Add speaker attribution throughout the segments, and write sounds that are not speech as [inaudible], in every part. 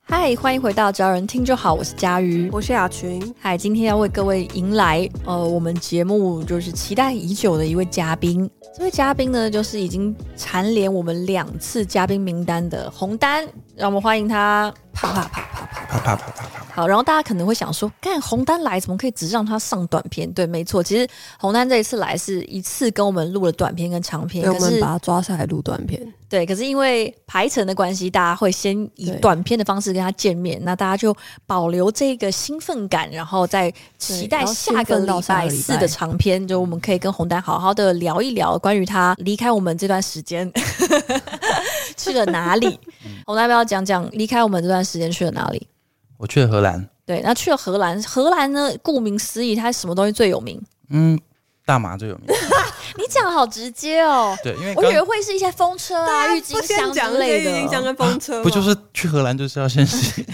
Speaker 1: 嗨，欢迎回到只要有人听就好，我是佳瑜。
Speaker 2: 我是雅群，
Speaker 1: 嗨，今天要为各位迎来呃，我们节目就是期待已久的一位嘉宾。这位嘉宾呢，就是已经蝉联我们两次嘉宾名单的红丹，让我们欢迎他。啪啪啪啪啪。
Speaker 3: 啪啪啪啪啪啪。
Speaker 1: 好，然后大家可能会想说，干红丹来怎么可以只让他上短片？对，没错，其实红丹这一次来是一次跟我们录了短片跟长片，
Speaker 2: 对，我
Speaker 1: 可
Speaker 2: 们
Speaker 1: 是
Speaker 2: 把它抓下来录短片，
Speaker 1: 对，可是因为排程的关系，大家会先以
Speaker 2: 对
Speaker 1: 短片的方式跟他见面，那大家就保留这个兴奋感，然后再期待
Speaker 2: 然后
Speaker 1: 下个
Speaker 2: 兴奋到
Speaker 1: 礼
Speaker 2: 下个
Speaker 1: 拜
Speaker 2: 礼拜
Speaker 1: 四的长片，就我们可以跟红丹好好的聊一聊关于他离开我们这段时间去了哪
Speaker 2: [laughs]
Speaker 1: 里。红丹要不要讲讲离开我们这段时间去了哪里？
Speaker 3: 我去了荷兰，
Speaker 1: 对，那去了荷兰，荷兰呢，顾名思义，它什么东西最有名？
Speaker 3: 嗯，大麻最有 [laughs] 名。
Speaker 1: 你讲得好直接哦，
Speaker 3: 对，因为
Speaker 1: 我以为
Speaker 3: 刚
Speaker 1: 会是一些风车啊、郁金香之类的。
Speaker 2: 郁金香跟风车，
Speaker 3: [laughs] 不就是去荷兰就是要先吸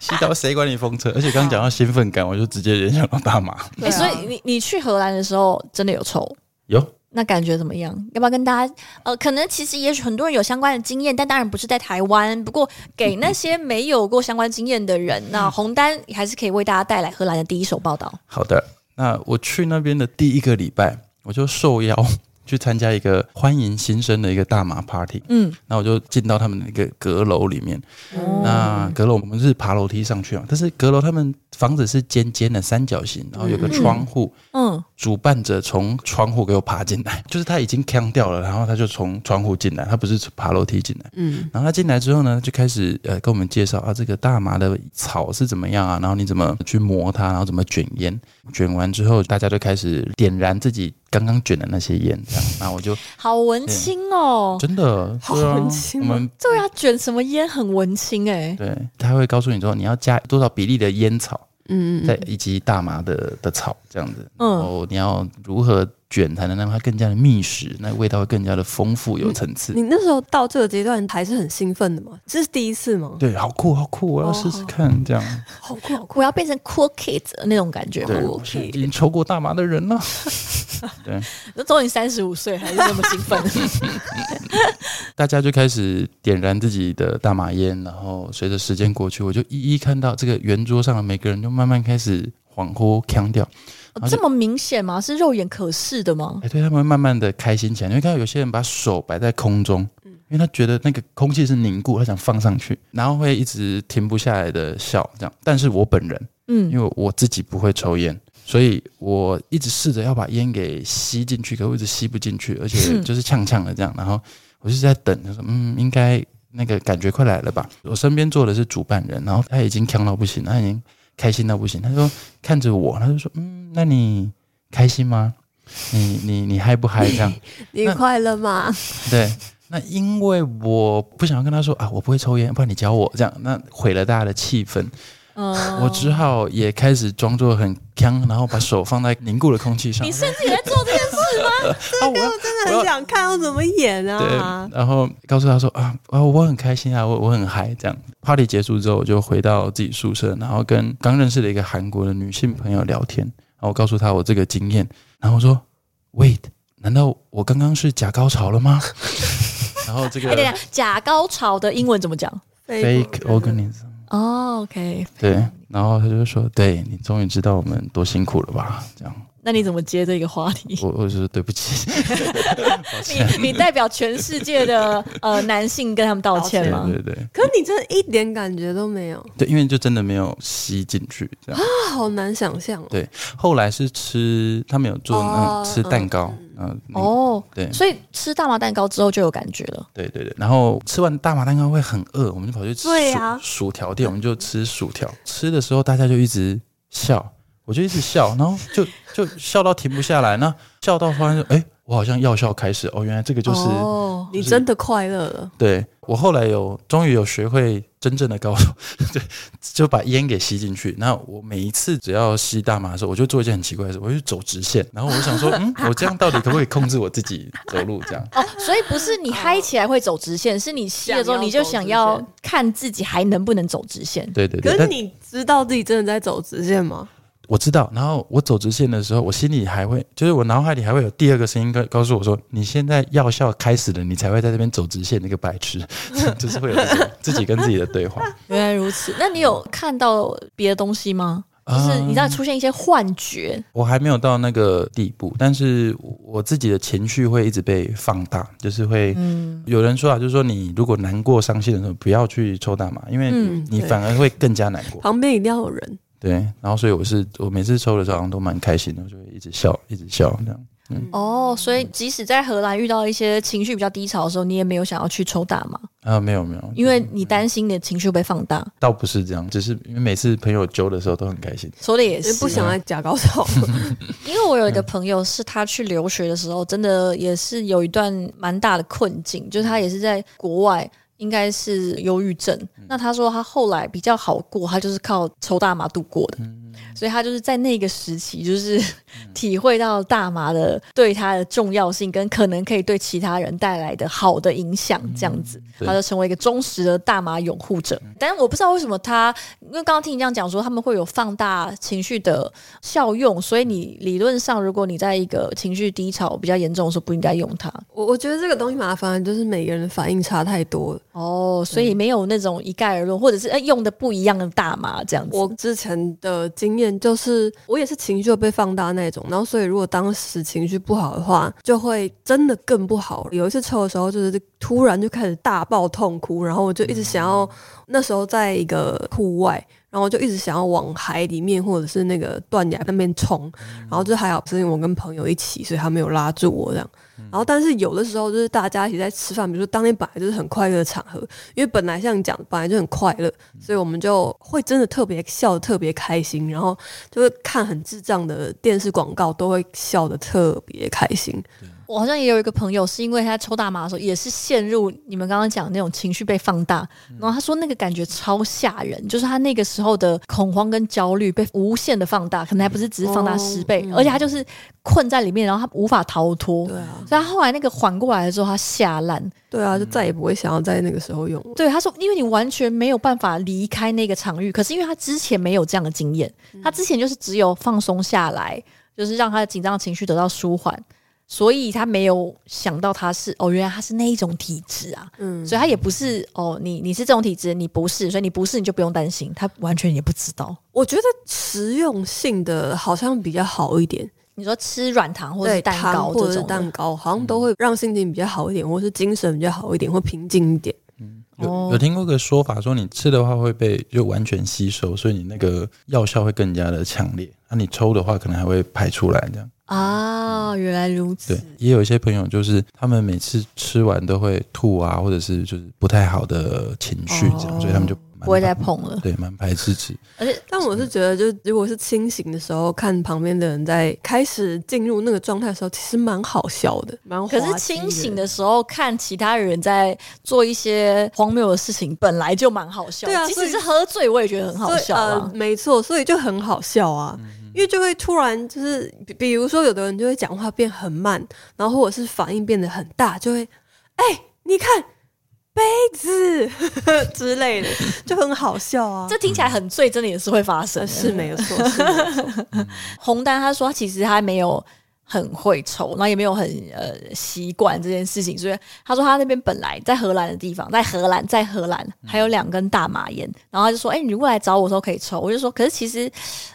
Speaker 3: 吸到，谁管你风 [laughs] 车？而且刚刚讲到兴奋感，我就直接联想到大麻。
Speaker 2: 啊
Speaker 1: 哎、所以你你去荷兰的时候真的有抽，
Speaker 3: 有，
Speaker 1: 那感觉怎么样？要不要跟大家？呃，可能其实也许很多人有相关的经验，但当然不是在台湾。不过给那些没有过相关经验的人，那红单还是可以为大家带来荷兰的第一手报道。
Speaker 3: 好的，那我去那边的第一个礼拜，我就受邀 [laughs] 去参加一个欢迎新生的一个大麻 party。
Speaker 1: 嗯，
Speaker 3: 那我就进到他们的一个阁楼里面，哦
Speaker 2: 啊嗯
Speaker 3: 那阁楼我们是爬楼梯上去嘛，但是阁楼他们房子是尖尖的三角形，然后有个窗户，
Speaker 1: 嗯，
Speaker 3: 主办者从窗户给我爬进来， [laughs] 就是他已经呛掉了，然后他就从窗户进来，他不是爬楼梯进来。
Speaker 2: 嗯，
Speaker 3: 然后他进来之后呢，就开始呃跟我们介绍啊，这个大麻的草是怎么样啊，然后你怎么去磨它，然后怎么卷烟，卷完之后大家就开始点燃自己刚刚卷的那些烟，这样。然
Speaker 2: [laughs]
Speaker 3: 后我就
Speaker 1: 好文青哦。
Speaker 3: 真的，对啊
Speaker 2: 哦好文青
Speaker 3: 我
Speaker 2: 哦
Speaker 3: 们
Speaker 1: 对啊，卷什么烟很文青哎、
Speaker 3: 对他会告诉你说你要加多少比例的烟草，
Speaker 2: 嗯
Speaker 3: 在以及大麻的的草这样子，
Speaker 1: 嗯
Speaker 3: 然后哦你要如何卷才能让它更加的密实，那味道会更加的丰富有层次。
Speaker 2: 你那时候到这个阶段还是很兴奋的吗？这是第一次吗？
Speaker 3: 对，好酷，好酷，我要试试看这样。
Speaker 2: 好酷，哦好酷！
Speaker 1: 我要变成 cool kids 的那种感觉哦
Speaker 3: 对，
Speaker 1: 吗？
Speaker 3: 我是已经抽过大麻的人了。对，
Speaker 1: 那终于三十五岁还是那么兴奋，
Speaker 3: [laughs] 大家就开始点燃自己的大麻烟，然后随着时间过去，我就一一看到这个圆桌上的每个人就慢慢开始恍惚腔掉。
Speaker 1: 哦这么明显吗？是肉眼可视的吗？
Speaker 3: 哎，对他们会慢慢的开心起来，你会看到有些人把手摆在空中，因为他觉得那个空气是凝固，他想放上去，然后会一直停不下来的笑这样。但是我本人，
Speaker 1: 嗯，
Speaker 3: 因为我自己不会抽烟，所以我一直试着要把烟给吸进去，可我一直吸不进去，而且
Speaker 1: 嗯
Speaker 3: 就是呛呛的这样。然后我就在等，就说嗯，应该那个感觉快来了吧。我身边坐的是主办人，然后他已经呛到不行，他已经开心到不行，他就看着我，他就说嗯，那你开心吗？你你你嗨不嗨？这样
Speaker 2: 你快乐吗？
Speaker 3: [laughs] 对。那因为我不想要跟他说啊，我不会抽烟，不然你教我这样，那毁了大家的气氛。
Speaker 1: 嗯
Speaker 3: 我只好也开始装作很僵，然后把手放在凝固的空气上。
Speaker 1: 你甚至也在做这件事，
Speaker 3: 啊，我要
Speaker 2: 真的很想看要怎么演啊！
Speaker 3: 对，然后告诉他说啊啊，我很开心啊，我我很嗨。这样 party 结束之后，我就回到自己宿舍，然后跟刚认识的一个韩国的女性朋友聊天，然后我告诉她我这个经验，然后我说 wait，难道我刚刚是假高潮了吗？ [laughs] 然后这
Speaker 1: 哎、等一下，
Speaker 3: 个
Speaker 1: 假高潮的英文怎么讲？
Speaker 3: fake organism。
Speaker 1: 哦，OK，
Speaker 3: 对，然后他就说：“对你终于知道我们多辛苦了吧？”这样，
Speaker 1: 那你怎么接这个话题？
Speaker 3: 我我就说对不起，
Speaker 1: [laughs] 你你代表全世界的呃男性跟他们道歉
Speaker 3: 对
Speaker 1: 吗？
Speaker 3: 对对，
Speaker 2: 可你真的一点感觉都没有，
Speaker 3: 对，因为就真的没有吸进去这样。
Speaker 2: 啊好难想象哦。
Speaker 3: 后来是吃，他们有做那
Speaker 2: 哦
Speaker 3: 种吃蛋糕，嗯，哦，
Speaker 1: 哦，
Speaker 3: 对
Speaker 1: 所以吃大麻蛋糕之后就有感觉了。
Speaker 3: 对对对。然后吃完大麻蛋糕会很饿，我们就跑去吃
Speaker 1: 对
Speaker 3: 薯
Speaker 1: 啊
Speaker 3: 薯条店，我们就吃薯条。吃的时候大家就一直笑，我就一直笑，然后就就笑到停不下来。那笑到发现说，哎，我好像药效开始哦，原来这个就是。
Speaker 1: 哦，
Speaker 2: 你真的快乐了，
Speaker 3: 对我后来有终于有学会真正的高手， [laughs] 对，就把烟给吸进去。那我每一次只要吸大麻的时候，我就做一件很奇怪的事，我就走直线。然后我就
Speaker 2: [laughs]
Speaker 3: 想说，嗯，我这样到底可不可以控制我自己走路？这样
Speaker 1: 哦，所以不是你嗨起来会走直线，是你吸了之后
Speaker 2: 想要
Speaker 1: 你就哦想要
Speaker 2: 走直
Speaker 1: 看自己还能不能走直线。
Speaker 3: 对对
Speaker 2: 可
Speaker 3: 对。
Speaker 2: 是
Speaker 3: 但
Speaker 2: 你知道自己真的在走直线吗？
Speaker 3: 我知道。然后我走直线的时候，我心里还会，就是我脑海里还会有第二个声音告告诉我说，你现在药效开始了，你才会在这边走直线，那个白痴， [laughs] 就是会有这种自己跟自己的对话。
Speaker 1: 原来如此。那你有看到别的东西吗？就是你知道
Speaker 3: 啊
Speaker 1: 出现一些幻觉，
Speaker 3: 我还没有到那个地步，但是我自己的情绪会一直被放大，就是会、
Speaker 1: 嗯，
Speaker 3: 有人说啊，就是说你如果难过、伤心的时候，不要去抽大麻，因为
Speaker 1: 嗯
Speaker 3: 你
Speaker 2: 对
Speaker 3: 反而会更加难过。
Speaker 2: 旁边一定要有人。
Speaker 3: 对，然后所以我是我每次抽的时候好像都蛮开心的，我就会一直笑，一直笑这样。
Speaker 1: 哦，所以即使在荷兰遇到一些情绪比较低潮的时候，你也没有想要去抽大麻，
Speaker 3: 啊，没有没有，
Speaker 1: 因为你担心你的情绪被放大，
Speaker 3: 倒不是这样，只是因为每次朋友揪的时候都很开心。
Speaker 1: 说的也
Speaker 2: 因为
Speaker 3: 啊
Speaker 1: 是，
Speaker 2: 不想来假高潮，
Speaker 1: 因为我有一个朋友，是他去留学的时候，真的也是有一段蛮大的困境，就是他也是在国外，应该是忧郁症。那他说他后来比较好过，他就是靠抽大麻度过的，所以他就是在那个时期，就是 [laughs] 体会到大麻的对他的重要性，跟可能可以对其他人带来的好的影响，这样子，
Speaker 3: 对
Speaker 1: 他就成为一个忠实的大麻拥护者。但是我不知道为什么他，因为刚刚听你这样讲说，他们会有放大情绪的效用，所以你理论上，如果你在一个情绪低潮比较严重的时候，不应该用它。
Speaker 2: [laughs] 我我觉得这个东西麻烦，就是每个人的反应差太多了。
Speaker 1: 哦，所以没有那种一概而论，或者是、哎用的不一样的大麻这样子。
Speaker 2: 我之前的经验就是，我也是情绪有被放大那种，然后所以如果当时情绪不好的话，就会真的更不好。有一次抽的时候，就是突然就开始大爆痛哭，然后我就一直想要，那时候在一个户外。然后我就一直想要往海里面或者是那个断崖那边冲，然后就还好，是因为我跟朋友一起，所以他没有拉住我这样。然后但是有的时候就是大家一起在吃饭，比如说当天本来就是很快乐的场合，因为本来像你讲，本来就很快乐，所以我们就会真的特别笑得特别开心，然后就是看很智障的电视广告都会笑得特别开心。
Speaker 1: 我好像也有一个朋友，是因为他抽大麻的时候，也是陷入你们刚刚讲的那种情绪被放大，然后他说那个感觉超吓人，就是他那个时候的恐慌跟焦虑被无限的放大，可能还不是只是放大
Speaker 2: 哦
Speaker 1: 十倍，
Speaker 2: 嗯
Speaker 1: 而且他就是困在里面，然后他无法逃脱。
Speaker 2: 对啊，
Speaker 1: 所以他后来那个缓过来的时候，他吓烂。
Speaker 2: 对啊，就
Speaker 1: 嗯
Speaker 2: 再也不会想要在那个时候用了。
Speaker 1: 对，他说，因为你完全没有办法离开那个场域，可是因为他之前没有这样的经验，
Speaker 2: 嗯
Speaker 1: 他之前就是只有放松下来，就是让他的紧张情绪得到舒缓，所以他没有想到他是哦，原来他是那一种体质啊，
Speaker 2: 嗯，
Speaker 1: 所以他也不是哦，你你是这种体质，你不是，所以你不是你就不用担心，他完全也不知道。
Speaker 2: 我觉得实用性的好像比较好一点，
Speaker 1: 你说吃软糖或者
Speaker 2: 对
Speaker 1: 是蛋
Speaker 2: 糖
Speaker 1: 糕
Speaker 2: 或
Speaker 1: 这
Speaker 2: 者是
Speaker 1: 种的嗯
Speaker 2: 蛋糕，好像都会让心情比较好一点，或是精神比较好一点，或平静一点。
Speaker 1: 哦
Speaker 3: 有有听过个说法，说你吃的话会被就完全吸收，所以你那个药效会更加的强烈。那、你抽的话，可能还会排出来这样。
Speaker 1: 啊，原来如
Speaker 3: 对
Speaker 1: 此。，
Speaker 3: 也有一些朋友就是他们每次吃完都会吐啊，或者是就是不太好的情绪这样，
Speaker 1: 哦
Speaker 3: 所以他们就蛮
Speaker 1: 不会再碰了，
Speaker 3: 对蛮排斥
Speaker 1: [laughs]
Speaker 3: 吃。
Speaker 1: 而且
Speaker 2: 但我是觉得，就是如果是清醒的时候，看旁边的人在开始进入那个状态的时候，其实蛮好笑的，蛮滑
Speaker 1: 可
Speaker 2: 稽
Speaker 1: 是清醒的时候看其他人在做一些荒谬的事情，本来就蛮好笑。
Speaker 2: 对啊
Speaker 1: 即
Speaker 2: 所
Speaker 1: 使
Speaker 2: 以
Speaker 1: 是喝醉，我也觉得很好笑嗯
Speaker 2: 所以
Speaker 1: 啊
Speaker 2: 呃。。没错，所以就很好笑啊，因为就会突然就是，比比如说有的人就会讲话变很慢，然后或者是反应变得很大，就会，哎、你看杯子 [laughs] 之类的，就很好笑啊。
Speaker 1: 这听起来很醉，真的也是会发生
Speaker 2: 呃
Speaker 1: 的。
Speaker 2: 是没有错，是没有错
Speaker 1: 红丹他说，他其实他没有很会抽，然后也没有很呃习惯这件事情，所以他说他那边本来在荷兰的地方，在荷兰，在荷兰
Speaker 2: 嗯
Speaker 1: 还有两根大麻烟，然后他就说，哎、你如果来找我的时候可以抽，我就说，可是其实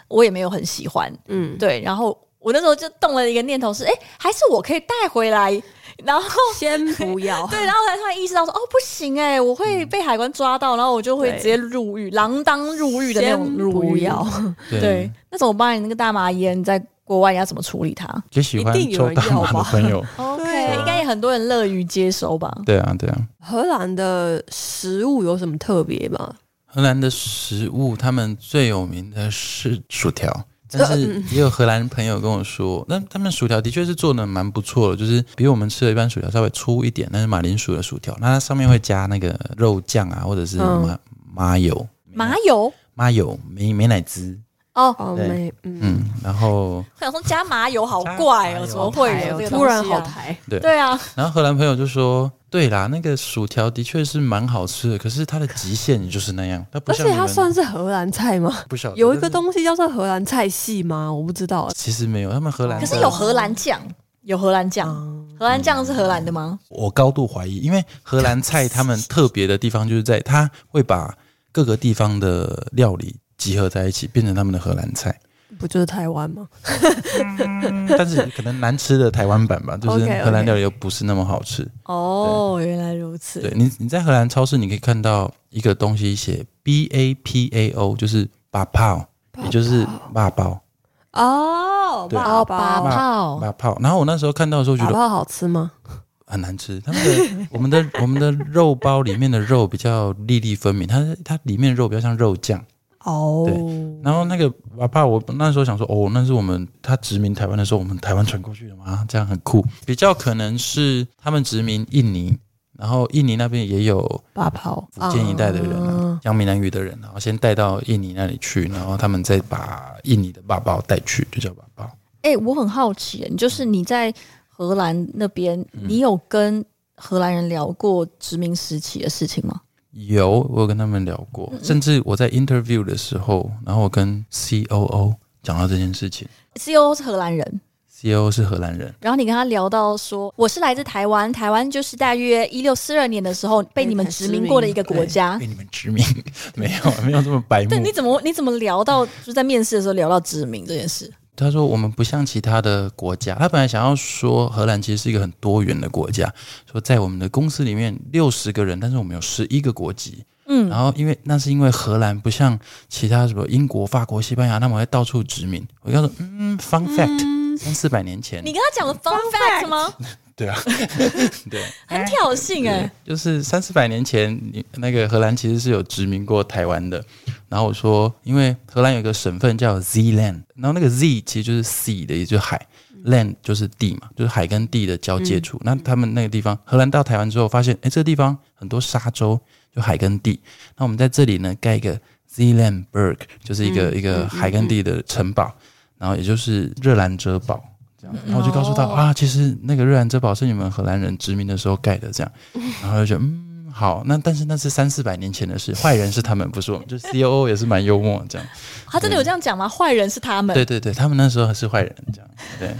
Speaker 1: 我也没有很喜欢， [laughs]
Speaker 2: 嗯，
Speaker 1: 对，然后我那时候就动了一个念头是，哎、还是我可以带回来，然后。 [laughs]
Speaker 2: 先不要，
Speaker 1: 对，然后才突然意识到说，哦，不行哎、我会被海关抓到，然后我就会
Speaker 2: 对
Speaker 1: 直接入狱，锒铛入狱的那种
Speaker 2: 先
Speaker 1: 入
Speaker 2: 不
Speaker 1: 狱。
Speaker 2: 要
Speaker 3: 对，
Speaker 1: 对，那怎么办？你那个大麻烟在国外你要怎么处理它
Speaker 3: 也喜欢
Speaker 2: 一定有
Speaker 3: 抽
Speaker 2: 人
Speaker 3: 大麻
Speaker 2: 要
Speaker 3: 的
Speaker 2: 吧
Speaker 3: 朋友，
Speaker 1: ？OK，
Speaker 2: 对啊
Speaker 1: 应该也很多人乐于接收吧。
Speaker 3: [laughs] 对啊，对啊。
Speaker 2: 荷兰的食物有什么特别吗？
Speaker 3: 荷兰的食物，他们最有名的是薯条，但
Speaker 1: 呃
Speaker 3: 是
Speaker 1: 嗯
Speaker 3: 也有荷兰朋友跟我说，那他们薯条的确是做的蛮不错的，就是比我们吃的一般薯条稍微粗一点，但是马铃薯的薯条，那它上面会加那个肉酱啊，或者是
Speaker 2: 嗯
Speaker 3: 麻麻油、
Speaker 1: 麻油
Speaker 3: 麻油、美美奶滋，
Speaker 1: 哦，
Speaker 2: 哦，
Speaker 3: 对
Speaker 2: 没，嗯，
Speaker 3: 嗯，然后
Speaker 1: 我想说加麻油好怪哦，
Speaker 3: 加麻油
Speaker 1: 怎么会有这个东西啊
Speaker 2: 哎突然好？台，
Speaker 1: 对啊，
Speaker 3: 然后荷兰朋友就说：“对啦，那个薯条的确是蛮好吃的，可是它的极限就是那样，它不
Speaker 2: 而
Speaker 3: 像你
Speaker 2: 且
Speaker 3: 们
Speaker 2: 它算是荷兰菜吗？
Speaker 3: 不晓得
Speaker 2: 有一个
Speaker 3: 但是
Speaker 2: 东西叫做荷兰菜系吗？我不知
Speaker 3: [laughs]
Speaker 2: 道。
Speaker 3: 其实没有，他们荷兰
Speaker 1: 可
Speaker 3: 的
Speaker 1: 是有
Speaker 2: [laughs]
Speaker 1: 荷兰酱，有荷兰酱，
Speaker 2: 嗯
Speaker 1: 荷兰酱是荷兰的吗？
Speaker 3: 我高度怀疑，因为荷兰菜他们特别的地方就是在它会把各个地方的料理集合在一起，变成他们的荷兰菜，
Speaker 2: 不就是台湾吗？
Speaker 3: 但是可能难吃的台湾版吧，就
Speaker 2: 嗯 [laughs]
Speaker 3: 是
Speaker 2: OK，OK
Speaker 3: 荷兰料理又不是那么好吃。
Speaker 1: 哦，原来如此。
Speaker 3: 对你，你在荷兰超市你可以看到一个东西写 B A P A O，就是把泡，也就是霸包。
Speaker 2: 哦，
Speaker 3: 对
Speaker 2: 八
Speaker 1: 八
Speaker 2: 包，
Speaker 1: 泡
Speaker 3: 把泡。然后我那时候看到的时候觉
Speaker 2: 八
Speaker 3: 得
Speaker 2: 包好吃吗？
Speaker 3: 很难吃，他们的我们的我们的肉包里面的肉比较粒粒分明，它它里面的肉比较像肉酱。
Speaker 2: 哦，
Speaker 3: 然后那个把泡，我那时候想说，哦，那是我们他殖民台湾的时候，我们台湾传过去的吗？这样很酷。比较可能是他们殖民印尼，然后印尼那边也有
Speaker 2: 八包，
Speaker 3: 福建一带的人、啊
Speaker 2: 啊，
Speaker 3: 讲闽南语的人，然后先带到印尼那里去，然后他们再把印尼的爸爸带去，就叫爸爸。
Speaker 1: 哎、我很好奇，就是你在荷兰那边，你有跟荷兰人聊过殖民时期的事情吗？
Speaker 3: 有，我有跟他们聊过，甚至我在 interview 的时候，然后我跟 COO 讲到这件事情
Speaker 1: C E O 是荷兰人，
Speaker 3: ，COO 是荷兰人，
Speaker 1: 然后你跟他聊到说，我是来自台湾，台湾就是大约一六四二年的时候被你们殖民过的一个国家。
Speaker 3: 被你们殖民， [laughs] 没有没有这么白目
Speaker 1: 对，。你怎么你怎么聊到就在面试的时候聊到殖民这件事？
Speaker 3: 他说我们不像其他的国家，他本来想要说荷兰其实是一个很多元的国家，说在我们的公司里面六十个人，但是我们有十一个国籍，
Speaker 1: 嗯
Speaker 3: 然后因为那是因为荷兰不像其他什么英国、法国、西班牙，他们会到处殖民。我跟他说，嗯，fun fact，三四百年前
Speaker 1: 你，跟他讲了 fun fact 吗？
Speaker 3: 对
Speaker 1: [laughs]
Speaker 3: 啊，对，
Speaker 1: 很挑衅哎、
Speaker 3: 就是三四百年前，你那个荷兰其实是有殖民过台湾的。然后我说，因为荷兰有个省份叫 Zeeland，然后那个 Z 其实就是 sea 的，也就是海，land 就是地嘛，就是海跟地的交界处。那他们那个地方，荷兰到台湾之后发现，哎，这个地方很多沙洲，就海跟地。那我们在这里呢，盖一个 Zeeland Berg，就是一个、一个海跟地的城堡，然后也就是热兰遮堡。这样，然后我就告诉他、
Speaker 1: 哦
Speaker 3: 啊，其实那个热兰遮堡是你们荷兰人殖民的时候盖的，这样，然后就觉得嗯好，那但是那是三四百年前的事，坏人是他们，不是我
Speaker 1: [laughs]
Speaker 3: 们，就 C O O 也是蛮幽默这样，
Speaker 1: 他真的有这样讲吗？坏人是他们。
Speaker 3: 对对对，他们那时候还是坏人这样，对，嗯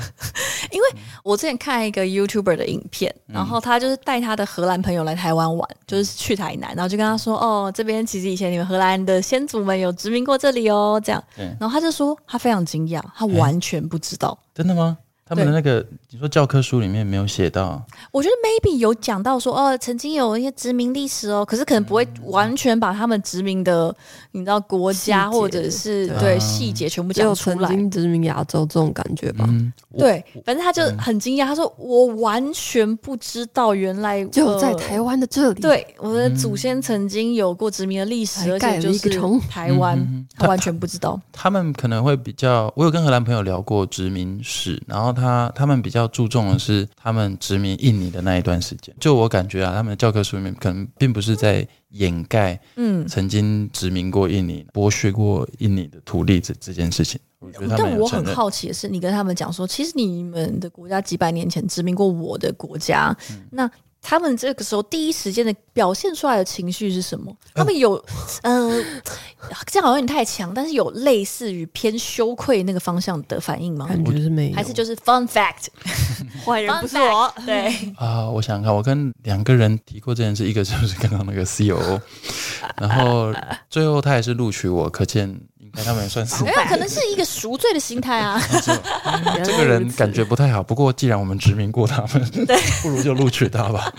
Speaker 1: 我之前看一个 YouTuber 的影片，然后他就是带他的荷兰朋友来台湾玩，
Speaker 3: 嗯
Speaker 1: 就是去台南，然后就跟他说：“哦，这边其实以前你们荷兰的先祖们有殖民过这里哦。”这样
Speaker 3: 对，
Speaker 1: 然后他就说他非常惊讶，他完全不知道。
Speaker 3: 真的吗？他们的那个你说教科书里面没有写到，
Speaker 1: 我觉得 maybe 有讲到说哦，曾经有一些殖民历史哦，可是可能不
Speaker 3: 嗯
Speaker 1: 会完全把他们殖民的，你知道国家
Speaker 2: 细节
Speaker 1: 或者是
Speaker 2: 对
Speaker 1: 对
Speaker 3: 啊
Speaker 1: 细节全部
Speaker 2: 只有
Speaker 1: 讲出
Speaker 2: 曾
Speaker 1: 来。
Speaker 2: 经殖民亚洲这种感觉吧，
Speaker 3: 嗯，我，嗯
Speaker 1: 对，反正他就很惊讶，他说我完全不知道，原来
Speaker 2: [laughs] 就在
Speaker 1: 呃
Speaker 2: 台湾的这里。，
Speaker 1: 对，我的
Speaker 3: 嗯
Speaker 1: 祖先曾经有过殖民的历史，
Speaker 2: 还
Speaker 1: 而
Speaker 2: 盖
Speaker 1: 且
Speaker 2: 了
Speaker 1: 就
Speaker 2: 一个
Speaker 1: 是
Speaker 2: 城
Speaker 1: 台湾
Speaker 3: 嗯嗯嗯，
Speaker 1: [laughs] 他完全不知
Speaker 3: [laughs]
Speaker 1: 道。
Speaker 3: 他们可能会比较，我有跟荷兰朋友聊过殖民史，然后他他们比较注重的是他们殖民印尼的那一段时间，就我感觉啊，他们的教科书里面可能并不是在掩盖
Speaker 1: 嗯，
Speaker 3: 曾经殖民过印尼、剥削过印尼的土地这这件事情，我觉得他
Speaker 1: 但
Speaker 3: 们有
Speaker 1: 我
Speaker 3: 承
Speaker 1: 很
Speaker 3: 认。
Speaker 1: 好奇的是，你跟他们讲说，其实你们的国家几百年前殖民过我的国家，
Speaker 3: 嗯
Speaker 1: 那。他们这个时候第一时间的表现出来的情绪是什么？他
Speaker 3: 嗯
Speaker 1: 们有，呃，这样好像有点太强，但是有类似于偏羞愧那个方向的反应吗？
Speaker 2: 感觉是没有，
Speaker 1: 还是就是 fun
Speaker 3: [laughs]
Speaker 1: fact，
Speaker 2: 坏
Speaker 1: Fun fact，对，
Speaker 3: 啊、我想想看，我跟两个人提过这件事，一个 [laughs] 就是刚刚那个 COO，然后最后他也是录取我，可见应该他们也算是
Speaker 1: [laughs] 没有，可能是一个赎罪的心态啊。
Speaker 2: 原来
Speaker 3: 这个
Speaker 2: 如
Speaker 3: 人
Speaker 2: 此
Speaker 3: 感觉不太好，不过既然我们殖民过他们， [laughs] 不如就录取他吧。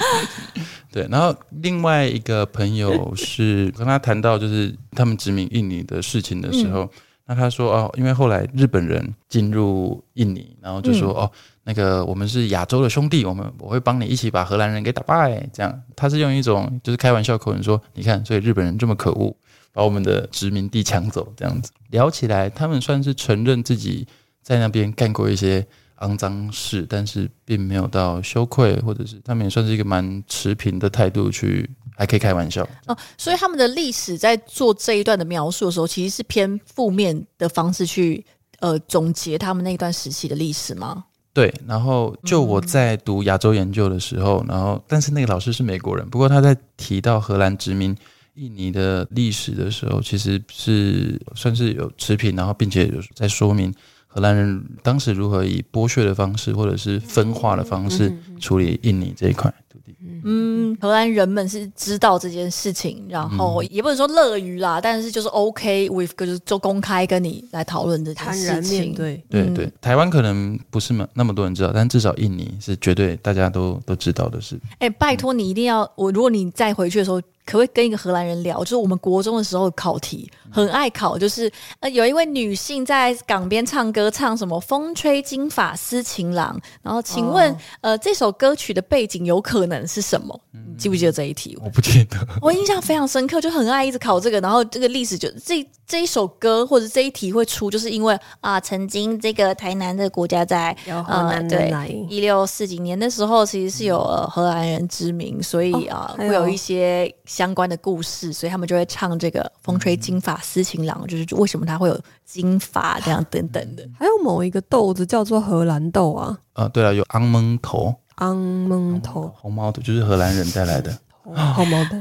Speaker 3: 对，然后另外一个朋友是跟他谈到就是他们殖民印尼的事情的时候，那他说哦，因为后来日本人进入印尼，然后就说、哦，那个我们是亚洲的兄弟，我们我会帮你一起把荷兰人给打败。这样，他是用一种就是开玩笑口吻说，你看，所以日本人这么可恶，把我们的殖民地抢走，这样子聊起来，他们算是承认自己在那边干过一些肮脏事，但是并没有到羞愧，或者是他们也算是一个蛮持平的态度去还可以开玩笑。
Speaker 1: 哦，所以他们的历史在做这一段的描述的时候，其实是偏负面的方式去呃总结他们那一段时期的历史吗？
Speaker 3: 对，然后就我在读亚洲研究的时候，然后但是那个老师是美国人，不过他在提到荷兰殖民印尼的历史的时候，其实是算是有持平，然后并且有在说明荷兰人当时如何以剥削的方式或者是分化的方式处理印尼这一块土地。
Speaker 1: 嗯，荷兰人们是知道这件事情，然后
Speaker 2: 嗯
Speaker 1: 也不能说乐于啦，但是就是 OK with 就是就公开跟你来讨论这件
Speaker 2: 坦
Speaker 1: 事
Speaker 2: 然
Speaker 1: 情。
Speaker 2: 面对。
Speaker 3: 对
Speaker 1: 嗯
Speaker 3: 对，台湾可能不是那那么多人知道，但至少印尼是绝对大家都都知道的事。
Speaker 1: 哎、拜托你一定要我，如果你再回去的时候，可不可以跟一个荷兰人聊？就是我们国中的时候考题很爱考，就是呃，有一位女性在港边唱歌，唱什么“风吹金发思情郎”，然后请问、
Speaker 2: 哦
Speaker 1: 呃，这首歌曲的背景有可能是什么？你记不记得这一题？
Speaker 3: 我不记得，
Speaker 1: [laughs] 我印象非常深刻，就很爱一直考这个，然后这个历史就这这一首歌或者这一题会出，就是因为啊，曾经这个台南的国家在呃
Speaker 2: 有荷兰人来
Speaker 1: 对一六四几年的时候，其实是有、呃、荷兰人之名，所以
Speaker 2: 嗯哦
Speaker 1: 啊、
Speaker 2: 还有
Speaker 1: 会有一些相关的故事，所以他们就会唱这个“风
Speaker 2: 嗯
Speaker 1: 吹金发思情郎”，就是为什么他会有金发这样等等的。
Speaker 2: 还有某一个豆子叫做荷兰豆啊，
Speaker 3: 啊，对了，有昂蒙头、
Speaker 2: 昂蒙头，啊
Speaker 3: 红毛头，就是荷兰人带来的。
Speaker 2: 好毛豆。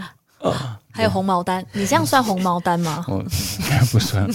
Speaker 3: 啊
Speaker 1: 还有红毛丹，你这样算红毛丹
Speaker 2: [laughs]
Speaker 1: 吗？
Speaker 3: 我 [laughs] 应该
Speaker 1: [laughs]
Speaker 3: 不算。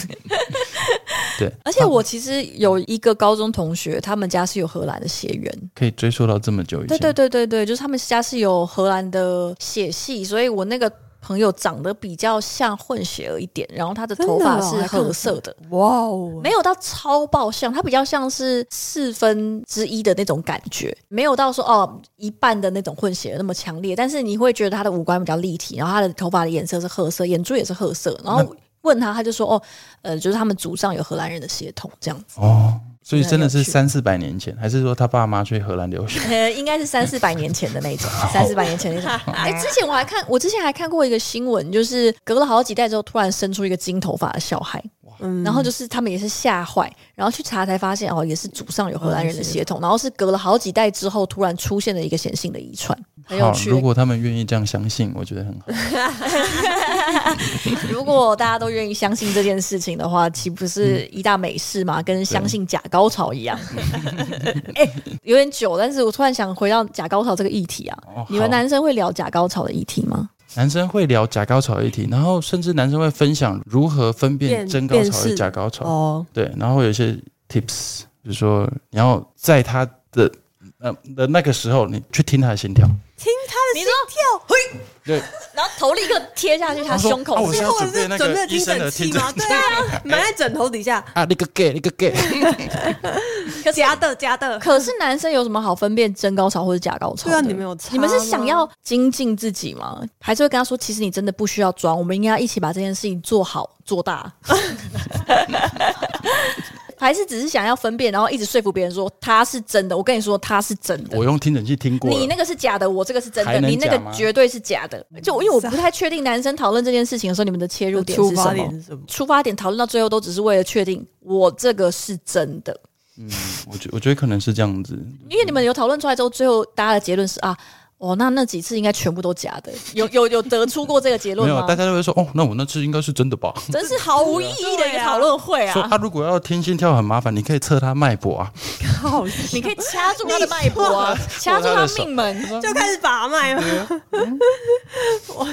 Speaker 3: 对，
Speaker 1: 而且我其实有一个高中同学，他们家是有荷兰的血缘，
Speaker 3: 可以追溯到这么久以
Speaker 1: 对
Speaker 3: 前。
Speaker 1: 对对对对，就是他们家是有荷兰的血系，所以我那个朋友长得比较像混血儿一点，然后他的头发
Speaker 2: 真的哦
Speaker 1: 是褐色的，
Speaker 2: 哇哦，
Speaker 1: 没有到超爆像，他比较像是四分之一的那种感觉，没有到说哦一半的那种混血儿那么强烈，但是你会觉得他的五官比较立体，然后他的头发的颜色是褐色，眼珠也是褐色，然后。问他，他就说：“哦，呃，就是他们祖上有荷兰人的血统，这样子。
Speaker 3: 哦，所以真的
Speaker 1: 很有
Speaker 3: 是
Speaker 1: 趣
Speaker 3: 三四百年前，还是说他爸妈去荷兰留学？
Speaker 1: 呃，应该是三四百年前的那种， [laughs] 三四百年前那种。哎、之前我还看，我之前还看过一个新闻，就是隔了好几代之后，突然生出一个金头发的小孩，
Speaker 2: 嗯，
Speaker 1: 然后就是他们也是吓坏，然后去查才发现哦，也是祖上有荷兰人的血统，然后是隔了好几代之后，突然出现了一个显性的遗传，很有
Speaker 3: 好，
Speaker 1: 趣。
Speaker 3: 如果他们愿意这样相信，我觉得很好。
Speaker 1: [laughs] 如果大家都愿意相信这件事情的话，岂不是
Speaker 3: 嗯
Speaker 1: 一大美事嘛？跟相信假高潮一
Speaker 3: [laughs]
Speaker 1: 样。哎、有点久，但是我突然想回到假高潮这个议题啊。
Speaker 3: 哦，
Speaker 1: 你们
Speaker 3: 好
Speaker 1: 男生会聊假高潮的议题吗？
Speaker 3: 男生会聊假高潮议题，然后甚至男生会分享如何分辨
Speaker 2: 辨
Speaker 3: 真高
Speaker 2: 辨
Speaker 3: 潮与
Speaker 2: 识
Speaker 3: 假高潮。
Speaker 2: 哦，
Speaker 3: 对，然后有一些 tips，比如说你要在他的呃的那个时候，你去听他的心跳。
Speaker 2: 听他
Speaker 1: 你
Speaker 2: 的心
Speaker 1: 说
Speaker 2: 跳，嘿，
Speaker 3: 对，
Speaker 1: 然后头立刻贴下去他
Speaker 3: 他说
Speaker 1: 胸口
Speaker 3: 啊
Speaker 1: 上
Speaker 3: 我是要准备那
Speaker 2: 准
Speaker 3: 个
Speaker 2: 备
Speaker 3: 医
Speaker 2: 听
Speaker 3: 生的
Speaker 2: 诊
Speaker 3: 听
Speaker 2: 器
Speaker 3: 诊
Speaker 2: 吗？对
Speaker 3: [laughs]
Speaker 2: 啊，埋在枕头底下，
Speaker 3: 啊，那个 gay，那个 gay。
Speaker 1: 可是
Speaker 2: 夹的夹的。
Speaker 1: 可是男生有什么好分辨真高潮或者假高潮
Speaker 2: 对
Speaker 1: 的？
Speaker 2: 啊，你们有差吗
Speaker 1: 你们是想要精进自己吗？还是会跟他说，其实你真的不需要装，我们应该要一起把这件事情做好做
Speaker 2: [laughs]
Speaker 1: 大？还是只是想要分辨，然后一直说服别人说他是真的？我跟你说他是真的
Speaker 3: [laughs] 我，用听诊器听过了。
Speaker 1: 你那个是假的，我这个是真
Speaker 3: 还
Speaker 1: 的，
Speaker 3: 能
Speaker 1: 你那
Speaker 3: 假
Speaker 1: 个
Speaker 3: 吗
Speaker 1: 绝对是假的。就因为我不太确定男生讨论这件事情的时候，你们的切入点
Speaker 2: 出
Speaker 1: 是
Speaker 2: 发
Speaker 1: 什
Speaker 2: 点
Speaker 1: 么？
Speaker 2: 是什么？
Speaker 1: 出发点讨论到最后都只是为了确定我这个是真的，
Speaker 3: 我觉我觉得可能是这样子，
Speaker 1: 因为你们有讨论出来之后，最后大家的结论是啊，哦，那那几次应该全部都假的，有有有得出过这个结
Speaker 3: 没
Speaker 1: 论
Speaker 3: 有
Speaker 1: 吗
Speaker 3: 大？家都会说哦，那我那次应该是真的吧？
Speaker 1: 真是毫无意义的一个讨论会
Speaker 3: 说
Speaker 1: 啊！
Speaker 3: 啊，如果要听心跳很麻烦，你可以测他脉搏啊。
Speaker 2: 好，
Speaker 1: [laughs] 你可以掐住他的脉
Speaker 3: [laughs]
Speaker 1: 搏啊，掐住他命门。
Speaker 2: 就开始把脉了。我